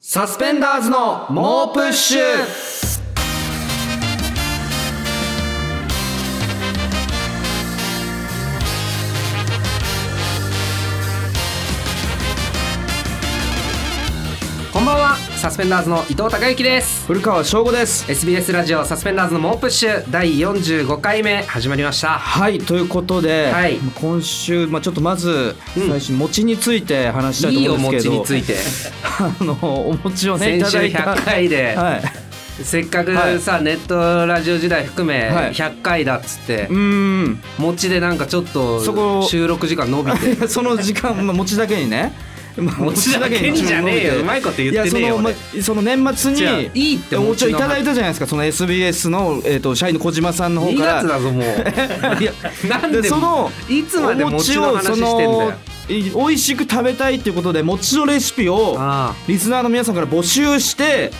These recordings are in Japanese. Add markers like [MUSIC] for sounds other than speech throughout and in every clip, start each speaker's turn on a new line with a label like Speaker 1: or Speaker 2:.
Speaker 1: サスペンダーズの猛プッシュこんばんはサスペンダーズの伊藤孝之です
Speaker 2: 古川翔吾です
Speaker 1: SBS ラジオサスペンダーズの猛プッシュ第45回目始まりました
Speaker 2: はいということで、
Speaker 1: はい
Speaker 2: 今週、まあ、ちょっとまず
Speaker 1: うん
Speaker 2: 最初に餅について話したい
Speaker 1: いい
Speaker 2: と
Speaker 1: お
Speaker 2: 思うん
Speaker 1: 餅
Speaker 2: ですけど、
Speaker 1: について
Speaker 2: [LAUGHS] あのお餅をねい
Speaker 1: 先
Speaker 2: た
Speaker 1: 週
Speaker 2: だいた
Speaker 1: 100回で
Speaker 2: はい、
Speaker 1: せっかくさ、ネットラジオ時代含め
Speaker 2: はい
Speaker 1: 100回だっつって、
Speaker 2: うーん
Speaker 1: 持ちでなんかちょっ
Speaker 2: そこと
Speaker 1: 収録時間伸
Speaker 2: [LAUGHS]
Speaker 1: びて
Speaker 2: その時間、まあ、餅だけにねまあ
Speaker 1: 餅だけにじゃねえようまいこと言ってねえよ
Speaker 2: いやその,、ま
Speaker 1: 俺、
Speaker 2: その年末
Speaker 1: じゃあい
Speaker 2: に
Speaker 1: いって
Speaker 2: お餅をい
Speaker 1: の
Speaker 2: ただいたじゃないですかその SBS の、えー、と社員の小島さんの方
Speaker 1: 2
Speaker 2: から
Speaker 1: 月だぞもう
Speaker 2: いや
Speaker 1: [LAUGHS] なんで
Speaker 2: その
Speaker 1: いつまで餅の話してんだ
Speaker 2: お
Speaker 1: よ
Speaker 2: 餅をそのい美味しく食べたいっていうことで餅のレシピを
Speaker 1: あ
Speaker 2: リスナーの皆さんから募集して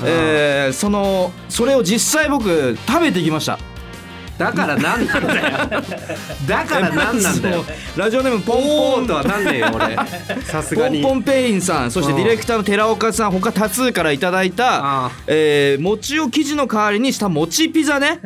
Speaker 1: ああ
Speaker 2: えーそのそれを実際僕食べてきました
Speaker 1: だからなんなんだよ
Speaker 2: [LAUGHS]
Speaker 1: だからなんなんだよ
Speaker 2: そのラジオネームポン
Speaker 1: ポ
Speaker 2: ポ
Speaker 1: ー
Speaker 2: ン
Speaker 1: ンとはなんねえよ
Speaker 2: [LAUGHS]
Speaker 1: 俺さすが
Speaker 2: ポン
Speaker 1: に
Speaker 2: ポンペインさんそして
Speaker 1: うん
Speaker 2: ディレクターの寺岡さん他多数からいただい
Speaker 1: ああ
Speaker 2: た、えー餅を生地の代わりにした餅ピザ
Speaker 1: [LAUGHS]
Speaker 2: ね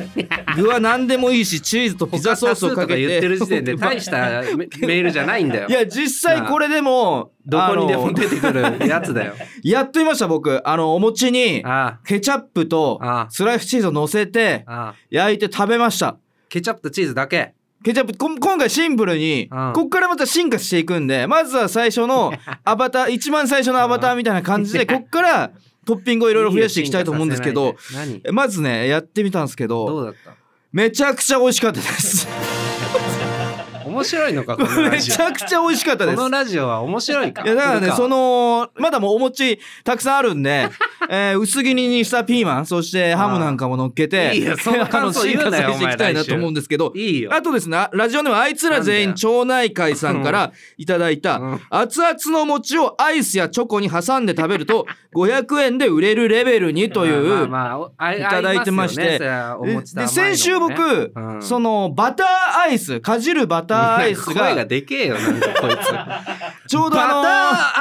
Speaker 2: 具は何でもいいしチーズとピザソースをかけ
Speaker 1: 他多数と言っ
Speaker 2: て
Speaker 1: てる時
Speaker 2: [LAUGHS]
Speaker 1: 点で大したメメールじゃないんだよ
Speaker 2: いや実際これでも
Speaker 1: どこにでも
Speaker 2: あの
Speaker 1: 出てくるやつだよ
Speaker 2: やってみました僕あのお餅に
Speaker 1: あ
Speaker 2: ケチャップと
Speaker 1: ああ
Speaker 2: スライスチーズを乗せて
Speaker 1: あああ
Speaker 2: 焼いて食べました
Speaker 1: ケチャップとチーズだけ
Speaker 2: ケチャップこん今回シンプルに、
Speaker 1: うん
Speaker 2: こっからまた進化していくんでまずは最
Speaker 1: [LAUGHS]
Speaker 2: 初のアバター一番最初のアバターみたいな感じでこっからトッピングをいろいろ増やしていきたいと思うんですけど
Speaker 1: いいよ進化させないで
Speaker 2: まずねやってみたんですけ
Speaker 1: 何
Speaker 2: ど
Speaker 1: どうだった
Speaker 2: めちゃくちゃ美味しかったです
Speaker 1: 面白いのかこのラ
Speaker 2: め [LAUGHS]
Speaker 1: ジ
Speaker 2: ちゃくちゃ美味しかった
Speaker 1: オこ
Speaker 2: です
Speaker 1: のラジオは面白いか
Speaker 2: いやだから
Speaker 1: 古
Speaker 2: ね
Speaker 1: 川
Speaker 2: そのまだもうお餅たくさんあるん
Speaker 1: [LAUGHS]
Speaker 2: で、えー薄切りにしたピーマンそしてハムなんかも乗っけて
Speaker 1: いいよその感想言うなよ
Speaker 2: [LAUGHS] あの進化させていきたいなと思うんですけど
Speaker 1: いいよ
Speaker 2: あとですねラジオネームあいつら全員町内会さんからいただいた
Speaker 1: うん
Speaker 2: 熱々の餅をアイスやチョコに挟んで食べると500円で売れるレベルにという
Speaker 1: まあまあ、あ
Speaker 2: いただいてまして
Speaker 1: ありすよねそりゃお
Speaker 2: で
Speaker 1: 餅と甘いのもね
Speaker 2: 先週僕、
Speaker 1: うん
Speaker 2: そのバターアイスかじるバターアイス
Speaker 1: なんか [LAUGHS] 声が
Speaker 2: が
Speaker 1: でけえよなんかこい
Speaker 2: [LAUGHS]
Speaker 1: つバ
Speaker 2: ちょう
Speaker 1: タ
Speaker 2: どあの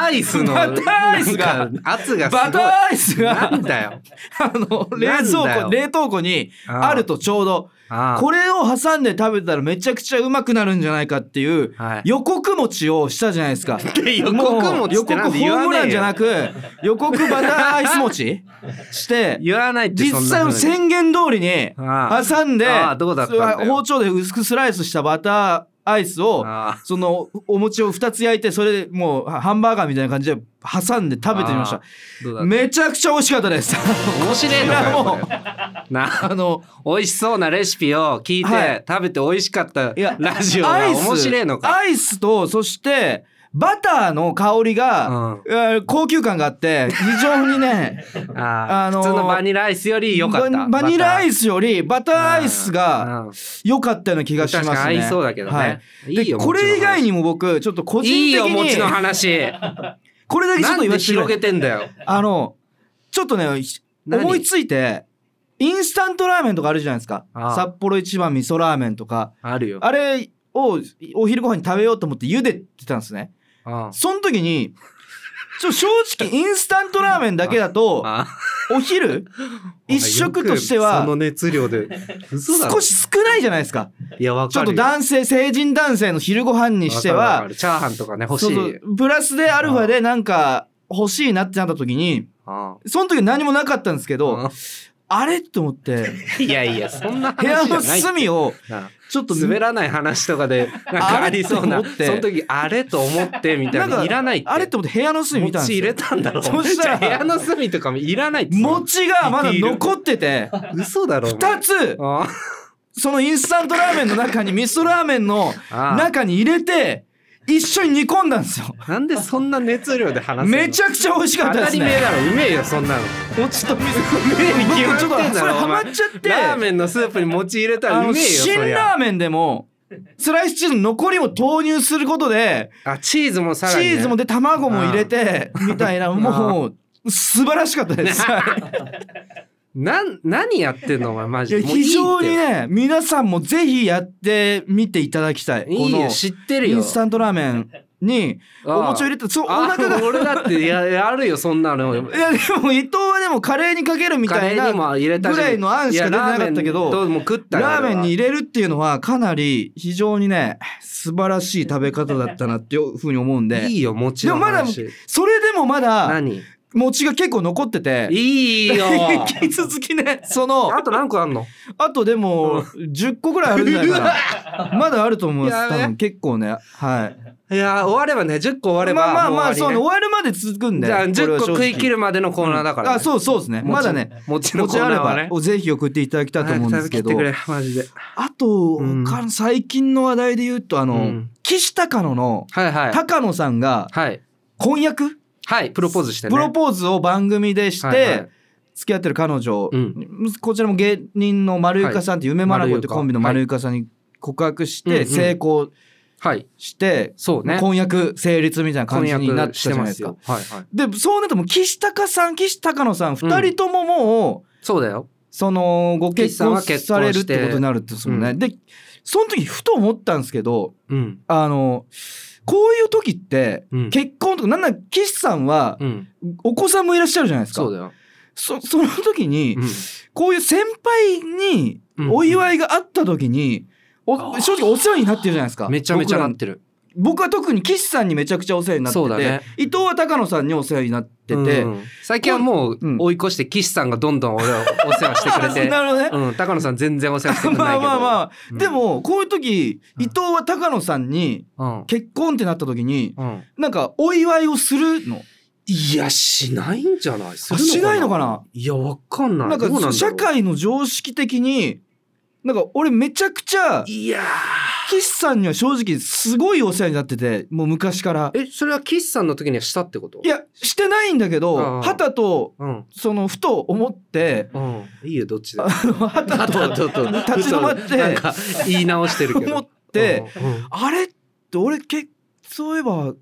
Speaker 1: ーアイスの
Speaker 2: バターアイスが
Speaker 1: なんか圧がすごい
Speaker 2: バターアイスが
Speaker 1: なんだよ
Speaker 2: [LAUGHS] あの冷
Speaker 1: なんだ
Speaker 2: 蔵
Speaker 1: よ
Speaker 2: 庫冷凍庫にあるとちょうど
Speaker 1: ああ
Speaker 2: これを挟んで食べたらめちゃくちゃうまくなるんじゃないかっていう
Speaker 1: はい
Speaker 2: 予告餅をしたじゃないです
Speaker 1: [LAUGHS]
Speaker 2: か
Speaker 1: で予告
Speaker 2: もう
Speaker 1: 餅っ
Speaker 2: 予
Speaker 1: て
Speaker 2: 告
Speaker 1: な
Speaker 2: ホ
Speaker 1: んで言わねえよ
Speaker 2: ームランじゃなく
Speaker 1: [LAUGHS]
Speaker 2: 予告バターアイス餅して
Speaker 1: 言わないってそ
Speaker 2: 実
Speaker 1: んな
Speaker 2: 際
Speaker 1: 風に
Speaker 2: 宣言通りに
Speaker 1: ああ
Speaker 2: 挟んで
Speaker 1: ああどうだったんだよ
Speaker 2: それは包丁で薄くスライスしたバターアイスを
Speaker 1: ああ
Speaker 2: そのお餅を2つ焼いてそれでもうハンバーガーみたいな感じで挟んで食べてみまし
Speaker 1: あ
Speaker 2: た
Speaker 1: どうだった
Speaker 2: めちゃくちゃ美味しかったです [LAUGHS]
Speaker 1: 面白いのかよこれな
Speaker 2: あの
Speaker 1: 美味しそうなレシピを聞いて、
Speaker 2: はい
Speaker 1: 食べて美味しかった
Speaker 2: い [LAUGHS] や
Speaker 1: ラジオが
Speaker 2: アイス
Speaker 1: 面白いのか
Speaker 2: アイスとそしてバターの香りが、えー高級感があって非常にね
Speaker 1: あー
Speaker 2: あのー
Speaker 1: 普通のバニラアイスよ [LAUGHS] り良かった
Speaker 2: ババニラアイ
Speaker 1: ス
Speaker 2: スよりバターアイスが良かったような気がしますね
Speaker 1: 確かに合いそうだけどねいいよ
Speaker 2: で
Speaker 1: 餅の話
Speaker 2: これ以外にも僕ちょっと個人
Speaker 1: いい
Speaker 2: 的
Speaker 1: よ餅
Speaker 2: に
Speaker 1: の
Speaker 2: [LAUGHS]
Speaker 1: 話
Speaker 2: これだけちょっ
Speaker 1: なん
Speaker 2: と言わ
Speaker 1: で
Speaker 2: せて
Speaker 1: 広
Speaker 2: く
Speaker 1: げ
Speaker 2: れ
Speaker 1: てんだよ
Speaker 2: あのちょっとねひ
Speaker 1: 何
Speaker 2: 思いついてインスタントラーメンとかあるじゃないですか
Speaker 1: ああ
Speaker 2: 札幌一番味噌ラーメンとか
Speaker 1: あるよ
Speaker 2: あれをお昼ご飯に食べようと思って茹でてたんですね
Speaker 1: あ
Speaker 2: [LAUGHS] その時に、ちょ正直インスタントラーメンだけだ
Speaker 1: [LAUGHS]
Speaker 2: と、
Speaker 1: あ
Speaker 2: お昼、一食として
Speaker 1: その
Speaker 2: は、
Speaker 1: 熱量で嘘だろ
Speaker 2: 少し少ないじゃないですか。
Speaker 1: いやわ
Speaker 2: ちょ
Speaker 1: か
Speaker 2: っ
Speaker 1: る
Speaker 2: と
Speaker 1: よ
Speaker 2: 男性、成人男性の昼ご飯にして
Speaker 1: わかるわか
Speaker 2: は
Speaker 1: る、チャーハンとかね欲し
Speaker 2: そ
Speaker 1: いう
Speaker 2: そうプラスでアルファでなんか欲しいなってなった時に、
Speaker 1: あ
Speaker 2: その時何もなかったんですけど、
Speaker 1: あ
Speaker 2: あれと思
Speaker 1: [LAUGHS]
Speaker 2: って、
Speaker 1: いやいやそんな
Speaker 2: 部屋
Speaker 1: 話じゃ
Speaker 2: の
Speaker 1: ない
Speaker 2: 隅を、
Speaker 1: な
Speaker 2: ちょっと
Speaker 1: 滑らない話とかでなんかありそうな
Speaker 2: あ
Speaker 1: その
Speaker 2: れと思って
Speaker 1: 時あれと思ってみたいな
Speaker 2: なんか
Speaker 1: いらないって
Speaker 2: あれと思って部屋の隅見たんで
Speaker 1: 餅
Speaker 2: す
Speaker 1: 入
Speaker 2: よ
Speaker 1: れ。たんだろ
Speaker 2: そしたら
Speaker 1: じゃ [LAUGHS] あ部屋の隅とかもいらないって
Speaker 2: 餅がまだ残ってて、
Speaker 1: 嘘だろお前
Speaker 2: 二つ、
Speaker 1: あ
Speaker 2: そのインスタントラーメンの中に味噌ラーメンの
Speaker 1: あ
Speaker 2: 中に入れて一緒に煮込んだんですよ
Speaker 1: なんでそんな熱量で話すの
Speaker 2: めちゃくちゃ美味しかった
Speaker 1: 当
Speaker 2: で
Speaker 1: た
Speaker 2: す
Speaker 1: り前
Speaker 2: ね
Speaker 1: だろうめえよそんなの
Speaker 2: 餅と味噌
Speaker 1: うめえに決まってんだろ
Speaker 2: 僕ちょっとそれハマっちゃって
Speaker 1: ラーメンのスープに餅入れたら
Speaker 2: あ
Speaker 1: う
Speaker 2: の
Speaker 1: めえよ
Speaker 2: 辛
Speaker 1: そりゃ
Speaker 2: ラーメンでもスライスチーズの残りを投入することで
Speaker 1: あチーズも
Speaker 2: チ
Speaker 1: さらにね
Speaker 2: ーズもで卵も入れてみたいなもう素晴らしかっ
Speaker 1: [LAUGHS]
Speaker 2: たです
Speaker 1: なん何やってんのお前マ
Speaker 2: い
Speaker 1: ジ
Speaker 2: や
Speaker 1: でもういいって
Speaker 2: 非常にね皆さんもぜひやってみていただきたい
Speaker 1: いい
Speaker 2: こ
Speaker 1: よ
Speaker 2: の
Speaker 1: 知ってる
Speaker 2: イ
Speaker 1: よ
Speaker 2: ンスタントラーメンに
Speaker 1: ああ
Speaker 2: お餅を入れてそうお
Speaker 1: あ
Speaker 2: 腹が
Speaker 1: 俺だって
Speaker 2: [LAUGHS]
Speaker 1: ややるよそんなの
Speaker 2: いやでも伊藤はでもカレーにかけるみ
Speaker 1: カ
Speaker 2: たい
Speaker 1: レー
Speaker 2: な
Speaker 1: にも入れたし
Speaker 2: ぐらいの案しか出てなかったけど
Speaker 1: いやラーメンともう食ったよ
Speaker 2: ラーメンに入
Speaker 1: 俺
Speaker 2: れるっていうのはかなり非常にね素晴らしい食べ方だったなっていうふうに思うん
Speaker 1: は
Speaker 2: で
Speaker 1: いいよ餅の
Speaker 2: でもまだ
Speaker 1: 話
Speaker 2: それでもまだ
Speaker 1: 何
Speaker 2: 餅が結構残ってて
Speaker 1: いい [LAUGHS] よ
Speaker 2: 引き続きねその
Speaker 1: あと何個あんの
Speaker 2: あとでも10個ぐらいあるんじゃないかなまだあると思います
Speaker 1: やべ
Speaker 2: 多分結構ねはい
Speaker 1: いやー終わればね10個終われば
Speaker 2: まあまあまあ
Speaker 1: も
Speaker 2: そう
Speaker 1: 終
Speaker 2: ね
Speaker 1: わ
Speaker 2: 終わるまで続くん
Speaker 1: り
Speaker 2: で
Speaker 1: ねじゃあ10個食い切
Speaker 2: る
Speaker 1: るまでのコーナーだからね
Speaker 2: あそうそうですね
Speaker 1: 餅
Speaker 2: まだね
Speaker 1: 餅の
Speaker 2: 持
Speaker 1: コ
Speaker 2: ち
Speaker 1: ー
Speaker 2: あれ
Speaker 1: ナーは
Speaker 2: ば
Speaker 1: ね
Speaker 2: ぜひ送っていただきたいと思うんですけど
Speaker 1: 早く食べきってくれマジで
Speaker 2: あと、
Speaker 1: うん
Speaker 2: 他の最近の話題で言うとあの、
Speaker 1: うん
Speaker 2: 岸高野の
Speaker 1: はいはい
Speaker 2: 高野さんが
Speaker 1: はい
Speaker 2: 婚約、
Speaker 1: はいプロポーズしてね
Speaker 2: プロポーズを番組でして、
Speaker 1: はいはい
Speaker 2: 付き合ってる彼女、
Speaker 1: うん
Speaker 2: こちらも芸人の丸床さんって夢まなこってコンビの丸床さんに告白し
Speaker 1: はいうんう
Speaker 2: て
Speaker 1: ん
Speaker 2: 成功
Speaker 1: はい
Speaker 2: して、
Speaker 1: そうね
Speaker 2: 婚約成立みたいな感じになってたじゃないですか
Speaker 1: 婚。約してますよはいはい
Speaker 2: でそうなっても岸高さん岸高野さん2人とももう、
Speaker 1: そうだよ
Speaker 2: そのご
Speaker 1: 岸
Speaker 2: 結
Speaker 1: さん
Speaker 2: 婚
Speaker 1: は結
Speaker 2: さ
Speaker 1: 婚
Speaker 2: れ
Speaker 1: して
Speaker 2: るってことになるんですもんね。
Speaker 1: うん
Speaker 2: でその時ふと思ったんですけど
Speaker 1: うん
Speaker 2: あのこういう時って
Speaker 1: うん
Speaker 2: 結婚とかなんなら岸さんは
Speaker 1: うん
Speaker 2: お子さんもいらっしゃるじゃないですか。
Speaker 1: そうだよ
Speaker 2: そその時にこういう先輩に
Speaker 1: うん
Speaker 2: お祝いがあった時に、お正直お世話になってるじゃないですか
Speaker 1: めちゃめちゃなっ
Speaker 2: 僕ら
Speaker 1: てる
Speaker 2: 僕は特に岸さんにめちゃくちゃお世話になって
Speaker 1: そうだ
Speaker 2: て、
Speaker 1: ね
Speaker 2: 伊藤は高野さんにお世話になってて、
Speaker 1: うん最近はもう
Speaker 2: うん
Speaker 1: 追い越して岸さんがどんどん俺をお世話してくれ
Speaker 2: [LAUGHS]
Speaker 1: て
Speaker 2: なるほどね、
Speaker 1: うん高野さん全然お世話してくれな
Speaker 2: ま
Speaker 1: い
Speaker 2: あ
Speaker 1: けど
Speaker 2: まあまあ、
Speaker 1: うん
Speaker 2: でもこういう時伊藤は高野さんに
Speaker 1: うん
Speaker 2: 結婚ってなった時に
Speaker 1: うん
Speaker 2: なんかお祝いをするの
Speaker 1: いやしないんじゃないする
Speaker 2: しないのかない
Speaker 1: やわかんない
Speaker 2: なん
Speaker 1: どうだろ
Speaker 2: か
Speaker 1: う
Speaker 2: 社会の常識的になんか俺めちゃくちゃ
Speaker 1: いや
Speaker 2: 岸さんには正直すごいお世話になっててもう昔から
Speaker 1: ーえそれは岸さんの時にはしたってこと
Speaker 2: いやしてないんだけ
Speaker 1: あ
Speaker 2: ど
Speaker 1: あ
Speaker 2: 旗と
Speaker 1: うん
Speaker 2: そのふと思って
Speaker 1: うんいいよどっちでも
Speaker 2: あの
Speaker 1: あ
Speaker 2: 旗
Speaker 1: と
Speaker 2: と
Speaker 1: ちょっと
Speaker 2: 立ち止まっ
Speaker 1: 嘘なん
Speaker 2: て
Speaker 1: か言い直してるけど
Speaker 2: 思って
Speaker 1: うんうん
Speaker 2: あれって俺けそういえば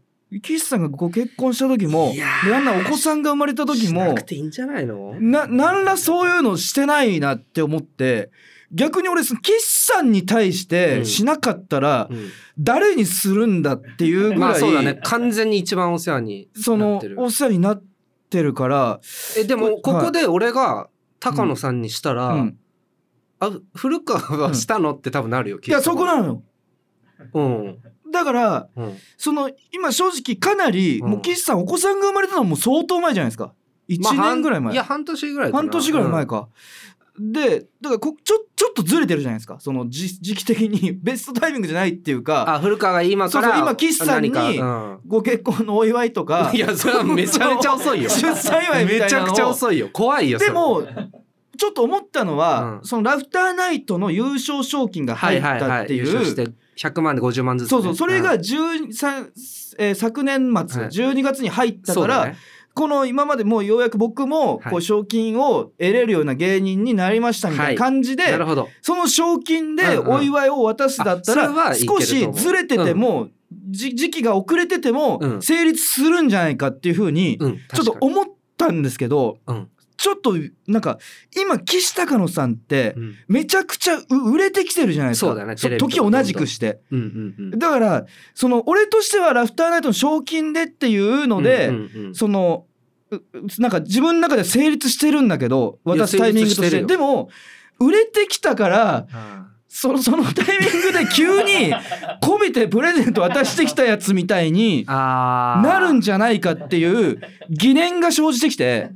Speaker 2: 岸さんがご結婚した時も
Speaker 1: いやー
Speaker 2: でなんならお子さんが生まれた時
Speaker 1: し
Speaker 2: も
Speaker 1: なくていいんじゃないの
Speaker 2: な何らそういうのしてないなって思って逆に俺その岸さんに対し
Speaker 1: う
Speaker 2: て
Speaker 1: ん
Speaker 2: しなかったら
Speaker 1: うん
Speaker 2: 誰にするんだっていうぐ
Speaker 1: まあ
Speaker 2: ら
Speaker 1: そうだね
Speaker 2: い
Speaker 1: 完全に一番お世話に
Speaker 2: そ
Speaker 1: なっ
Speaker 2: の
Speaker 1: てる
Speaker 2: お世話になってるから、
Speaker 1: えでもここで俺が高野さんにしたら、
Speaker 2: うん、
Speaker 1: あ古川はしたのって多分なるよ、きっ
Speaker 2: い
Speaker 1: と
Speaker 2: やそこなのよ
Speaker 1: うん
Speaker 2: だから
Speaker 1: うん
Speaker 2: その今正直かなり、
Speaker 1: うん
Speaker 2: もう岸さんお子さんが生まれたのはもう相当前じゃないですか1
Speaker 1: まあ
Speaker 2: 年ぐらい前、
Speaker 1: いや半年ぐらいかな
Speaker 2: 半年ぐらい前か。でだからこちょちょっとずれてるじゃないですかその時時期的に [LAUGHS] ベストタイミングじゃないっていう
Speaker 1: うん
Speaker 2: か
Speaker 1: あ古川が今から
Speaker 2: そうそう今岸さんに
Speaker 1: 何か
Speaker 2: ご結婚のお祝いと
Speaker 1: う
Speaker 2: か
Speaker 1: んいやそれはめちゃめちゃ遅い
Speaker 2: [LAUGHS] 出
Speaker 1: よ
Speaker 2: 産祝いみたいなの
Speaker 1: めちゃくちゃ
Speaker 2: い
Speaker 1: 遅いよ怖いよそれ
Speaker 2: でもちょっと思ったのは、
Speaker 1: うん
Speaker 2: そのラフターナイトの優勝賞金が
Speaker 1: は
Speaker 2: 入
Speaker 1: い
Speaker 2: っ
Speaker 1: はい
Speaker 2: た
Speaker 1: は
Speaker 2: って
Speaker 1: い
Speaker 2: い
Speaker 1: 優
Speaker 2: う、
Speaker 1: 勝して100万で50万ずつね、
Speaker 2: そうそうそれが
Speaker 1: ん
Speaker 2: 13、えー昨年末、
Speaker 1: はい
Speaker 2: 12月に入った
Speaker 1: そ
Speaker 2: か
Speaker 1: う
Speaker 2: ら、
Speaker 1: だね
Speaker 2: この今までもうようやく僕も
Speaker 1: はい
Speaker 2: こう賞金を得れるような芸人になりましたみたいな感じで、
Speaker 1: なるほど
Speaker 2: その賞金で
Speaker 1: うんうん
Speaker 2: お祝いを渡すだった
Speaker 1: あそれは
Speaker 2: ら
Speaker 1: いけると思
Speaker 2: 少
Speaker 1: う
Speaker 2: しずれてても、じ時期が遅れてて
Speaker 1: う
Speaker 2: も
Speaker 1: ん
Speaker 2: 成立するんじゃないかっていうふうに
Speaker 1: うん
Speaker 2: ちょっ
Speaker 1: 確
Speaker 2: と
Speaker 1: か
Speaker 2: 思ったんですけど、
Speaker 1: にうん
Speaker 2: ちょっとなんか今岸高野さんって
Speaker 1: うん
Speaker 2: めちゃくちゃう売れてきてるじゃないですか
Speaker 1: そうだねテレビとか
Speaker 2: 時を同じくして
Speaker 1: うんうんうん
Speaker 2: だからその俺としてはラフターナイトの賞金でっていうので、
Speaker 1: うんうんうん
Speaker 2: そのううなんか自分の中では成立してるんだけど渡すタイミングと
Speaker 1: 成立して
Speaker 2: して
Speaker 1: るよ
Speaker 2: でも売れてきたから
Speaker 1: ああ
Speaker 2: そそのタイミングで急
Speaker 1: [LAUGHS]
Speaker 2: にこびてプレゼント渡してきたやつみたいに
Speaker 1: あー
Speaker 2: なるんじゃないかっていう疑念が生じてきて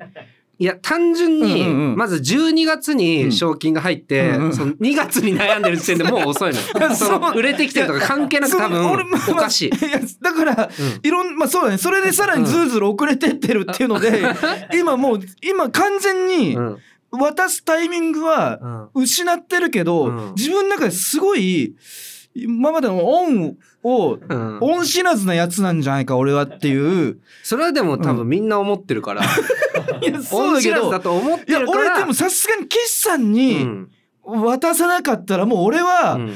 Speaker 1: いや単純に、
Speaker 2: うんうんうん
Speaker 1: まず12月に賞金が入って、
Speaker 2: うんうんうん
Speaker 1: その2月に悩んでる時点でもう遅いの
Speaker 2: [LAUGHS]
Speaker 1: よその売れてきてるとか関係なく
Speaker 2: そう
Speaker 1: 多分
Speaker 2: 俺まあ
Speaker 1: おかしい。
Speaker 2: いやだから
Speaker 1: うん
Speaker 2: いろんまあそうだねそれでさらにずるずる遅れてってるっていうので、 [LAUGHS] 今もう今完全に
Speaker 1: うん
Speaker 2: 渡すタイミングは
Speaker 1: うん
Speaker 2: 失ってるけど、
Speaker 1: うん
Speaker 2: 自分の中ですごい今までの恩を
Speaker 1: うん
Speaker 2: 恩知らずなやつなんじゃないか俺はっていう。
Speaker 1: それはでも多分みんな思ってる
Speaker 2: [LAUGHS]
Speaker 1: から、
Speaker 2: いや
Speaker 1: 恩知らずだと思っ
Speaker 2: い
Speaker 1: て
Speaker 2: や
Speaker 1: るから
Speaker 2: 俺でもさすがに岸さん
Speaker 1: う
Speaker 2: に
Speaker 1: ん
Speaker 2: 渡さなかったらもう俺
Speaker 1: う
Speaker 2: は
Speaker 1: ん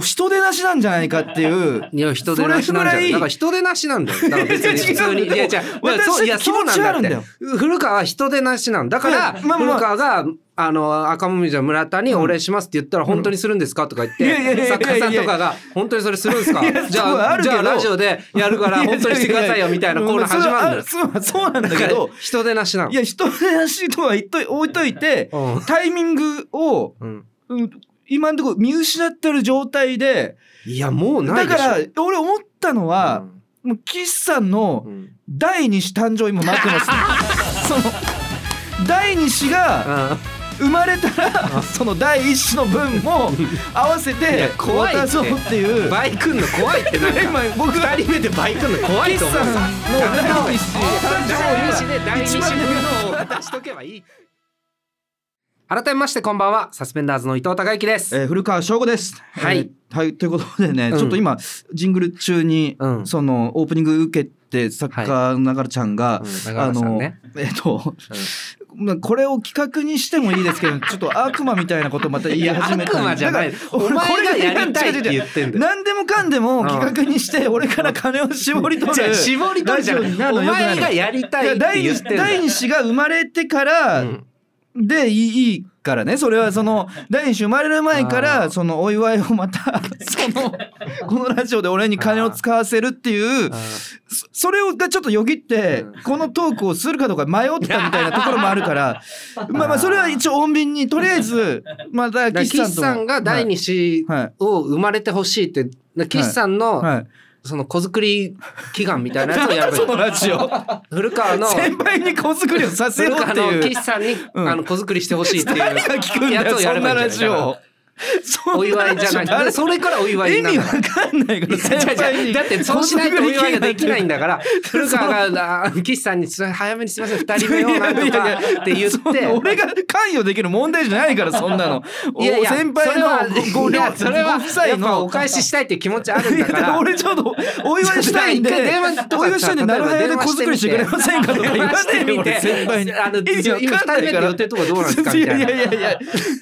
Speaker 2: 人出なしなんじゃないかっていう。
Speaker 1: いや人でなしなん
Speaker 2: それぐら
Speaker 1: だ
Speaker 2: い
Speaker 1: よ。だから人でなしなんだよ。だから別に普通に
Speaker 2: 違う違う
Speaker 1: いや違う。だからそういや
Speaker 2: 私
Speaker 1: そう
Speaker 2: 気持
Speaker 1: なん
Speaker 2: ちはあるんだ
Speaker 1: だ
Speaker 2: よ
Speaker 1: って。古川は人でなしなんだから
Speaker 2: いやまあまあ
Speaker 1: 古川があの、赤もみじの村田にお礼しますって言ったら、本当にするんですかとか言っ
Speaker 2: いやいやいや
Speaker 1: て、
Speaker 2: いや
Speaker 1: 作家さんとかが、本当にそれするんですか
Speaker 2: いや
Speaker 1: じ
Speaker 2: そう
Speaker 1: ゃ
Speaker 2: あ
Speaker 1: あ、
Speaker 2: るけ
Speaker 1: じ
Speaker 2: ど
Speaker 1: ゃあラジオでやるから、本当にしてくださいよ、みたいなコーナー始まるん
Speaker 2: [LAUGHS]
Speaker 1: だよ。
Speaker 2: そうそうそうなんだけど
Speaker 1: だから人手なしなの
Speaker 2: い。や人のしとは言っとい置いといて
Speaker 1: [LAUGHS] うん
Speaker 2: タイミングを、
Speaker 1: うん
Speaker 2: うん今のところ見失ってる状態で
Speaker 1: いや、もうない
Speaker 2: だ
Speaker 1: でしょ。
Speaker 2: から俺思ったのは
Speaker 1: う、ん、
Speaker 2: もう岸さんの
Speaker 1: うんうん
Speaker 2: 第二子誕生今待ってます
Speaker 1: [LAUGHS]
Speaker 2: その第二子が生まれたらその第一子の分も合わせ
Speaker 1: い
Speaker 2: て
Speaker 1: や怖いって
Speaker 2: 渡そうっていう
Speaker 1: 倍来んの怖いってなんか
Speaker 2: [LAUGHS] 今僕が
Speaker 1: 二人目で倍来んの怖い
Speaker 2: 岸
Speaker 1: と
Speaker 2: さん
Speaker 1: 思う
Speaker 2: の第一子誕生を今
Speaker 1: 第
Speaker 2: 一番
Speaker 1: のを渡しとけばいい改めましてこんばんはサスペンダーズの伊藤孝之です、
Speaker 2: えー古川翔吾です。
Speaker 1: はい
Speaker 2: えーはい、ということでね、
Speaker 1: うん
Speaker 2: ちょっと今ジングル中に、
Speaker 1: うん
Speaker 2: そのオープニング受けて作家の流ちゃんが、
Speaker 1: うん中
Speaker 2: あ
Speaker 1: 川さん
Speaker 2: の、
Speaker 1: ね
Speaker 2: えっ、と、まあこれを企画にしてもいいですけど、ちょっと悪魔みたいなことまた言い始めたんで
Speaker 1: いや悪魔じゃない
Speaker 2: だから
Speaker 1: お前
Speaker 2: 俺これ
Speaker 1: がやりたいって言ってんだよ
Speaker 2: 何でもかんでも企画にして、俺から金を絞り取
Speaker 1: じゃ
Speaker 2: る。
Speaker 1: あ絞り取るじゃ
Speaker 2: ラジオに
Speaker 1: な
Speaker 2: ないる
Speaker 1: お
Speaker 2: のよくない
Speaker 1: 前がやりた
Speaker 2: い
Speaker 1: い
Speaker 2: や
Speaker 1: って
Speaker 2: 第
Speaker 1: 言っ
Speaker 2: 二
Speaker 1: てんだ
Speaker 2: 第
Speaker 1: よ
Speaker 2: 二子が生まれてから、
Speaker 1: うん
Speaker 2: でいいいいからねそれはその第二子生まれる前か
Speaker 1: あ
Speaker 2: ら
Speaker 1: ー
Speaker 2: そのお祝いを
Speaker 1: [LAUGHS]
Speaker 2: またそのこのラジオで俺に金を使わせるっていう
Speaker 1: あ
Speaker 2: そそれをがちょっとよぎって
Speaker 1: うん
Speaker 2: このトークをするかどうか迷ったみたいなところもあるから
Speaker 1: [LAUGHS]
Speaker 2: まあまあそれは一応穏便にとりあえずまた
Speaker 1: だから
Speaker 2: 岸さんとも
Speaker 1: 岸さんが第二子
Speaker 2: はい
Speaker 1: を生まれてほしいってだから岸さん
Speaker 2: はい、
Speaker 1: の
Speaker 2: はい
Speaker 1: その子作り祈願みたいなやつをや
Speaker 2: なん
Speaker 1: る
Speaker 2: だそのラジ
Speaker 1: [LAUGHS]
Speaker 2: オ
Speaker 1: 古川の
Speaker 2: 先輩に子作りをさせ
Speaker 1: 古
Speaker 2: よう
Speaker 1: 川
Speaker 2: って
Speaker 1: の
Speaker 2: いう
Speaker 1: 岸さんに
Speaker 2: うん
Speaker 1: あの子作りしてほしいっていう
Speaker 2: 誰が聞くんだ
Speaker 1: やつ
Speaker 2: よ
Speaker 1: をや
Speaker 2: そ
Speaker 1: れ
Speaker 2: ん
Speaker 1: ばい
Speaker 2: ない
Speaker 1: ん
Speaker 2: ラ
Speaker 1: じ
Speaker 2: ジ
Speaker 1: ゃない
Speaker 2: オ
Speaker 1: お祝いじゃないだからそれからお祝い
Speaker 2: 意
Speaker 1: になる
Speaker 2: 味
Speaker 1: ん
Speaker 2: わ
Speaker 1: だ
Speaker 2: かんないか
Speaker 1: 違う違
Speaker 2: ら
Speaker 1: う
Speaker 2: 先輩に
Speaker 1: だってそうしないとお祝いができないんだから
Speaker 2: う
Speaker 1: 古川があ「岸さんにす早めにすいません2人目をなんとか」って言っ
Speaker 2: そんな [LAUGHS] 俺
Speaker 1: て。
Speaker 2: が関与できる問題じゃないからそんなの
Speaker 1: [LAUGHS] いやいや
Speaker 2: お先輩の
Speaker 1: そ
Speaker 2: ごご
Speaker 1: れ
Speaker 2: 両
Speaker 1: はそれは
Speaker 2: ご夫妻
Speaker 1: やっぱ
Speaker 2: の
Speaker 1: お返ししたいっていう気持ちあるん
Speaker 2: いや
Speaker 1: だか
Speaker 2: だから
Speaker 1: ら
Speaker 2: 俺ちょっとお祝いしたいんで
Speaker 1: 一回電話とかさ
Speaker 2: お祝いしたいんでなるはやで子作りしてくれませんかとか言わな
Speaker 1: 電話
Speaker 2: いで
Speaker 1: してみて
Speaker 2: 俺先輩に
Speaker 1: あの
Speaker 2: 意味わかんない
Speaker 1: 今二人目っ
Speaker 2: から
Speaker 1: て予定とかどうなんですか
Speaker 2: い
Speaker 1: み
Speaker 2: や
Speaker 1: たい
Speaker 2: い
Speaker 1: な
Speaker 2: やいやいやい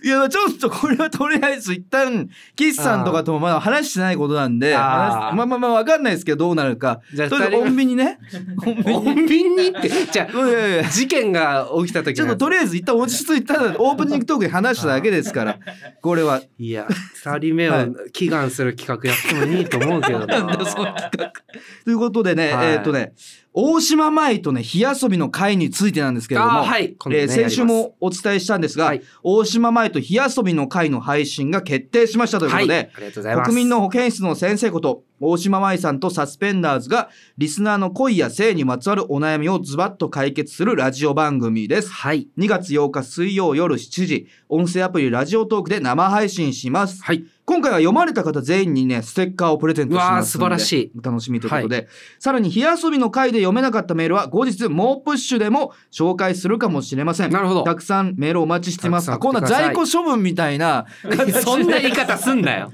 Speaker 2: やちょっとこれはとりあえず一旦岸さんとかともまだ話してないことなんで
Speaker 1: あー
Speaker 2: 話まあまあまあわかんないですけどどうなるか
Speaker 1: じゃあ
Speaker 2: とりあえず
Speaker 1: 二人目
Speaker 2: 穏便
Speaker 1: [LAUGHS]
Speaker 2: にね穏便に
Speaker 1: 穏便にってじゃ
Speaker 2: いやいやい
Speaker 1: [LAUGHS]
Speaker 2: や
Speaker 1: あ事件が起きた時
Speaker 2: ちょっととりあえず一旦落ち着い
Speaker 1: [LAUGHS]
Speaker 2: たらオープニングトークで話しただけですからこれはい
Speaker 1: や2人目を
Speaker 2: はい
Speaker 1: 祈願する企画やってもいいと思うけどな
Speaker 2: ということでね、
Speaker 1: はい
Speaker 2: えっ、とね大島舞とね火遊びの会についてなんですけれども、
Speaker 1: あーはい今度ね
Speaker 2: えー先週
Speaker 1: やり
Speaker 2: もお伝えしたんですが、
Speaker 1: はい
Speaker 2: 大島舞と火遊びの会の配信が決定しましたというこ
Speaker 1: は
Speaker 2: と
Speaker 1: い
Speaker 2: で、
Speaker 1: ありがとうございます
Speaker 2: 国民の保健室の先生こと大島舞さんとサスペンダーズがリスナーの恋や性にまつわるお悩みをズバッと解決するラジオ番組です。
Speaker 1: はい
Speaker 2: 2月8日水曜夜7時、音声アプリラジオトークで生配信します。
Speaker 1: はい
Speaker 2: 今回は読まれた方全員にね、ステッカーをプレゼント
Speaker 1: う
Speaker 2: し
Speaker 1: わ
Speaker 2: ま
Speaker 1: ー
Speaker 2: す。
Speaker 1: 素晴らしい。
Speaker 2: お楽しみということで。さらに、火遊びの回で読めなかったメールは、後日、猛プッシュでも紹介するかもしれません。
Speaker 1: なるほど
Speaker 2: たくさんメールお待ちしてます。
Speaker 1: た
Speaker 2: あ
Speaker 1: くさん
Speaker 2: こん
Speaker 1: 送っ
Speaker 2: な
Speaker 1: てください
Speaker 2: 在庫処分みたいな。
Speaker 1: [LAUGHS] そんな言い [LAUGHS] 方すんなよ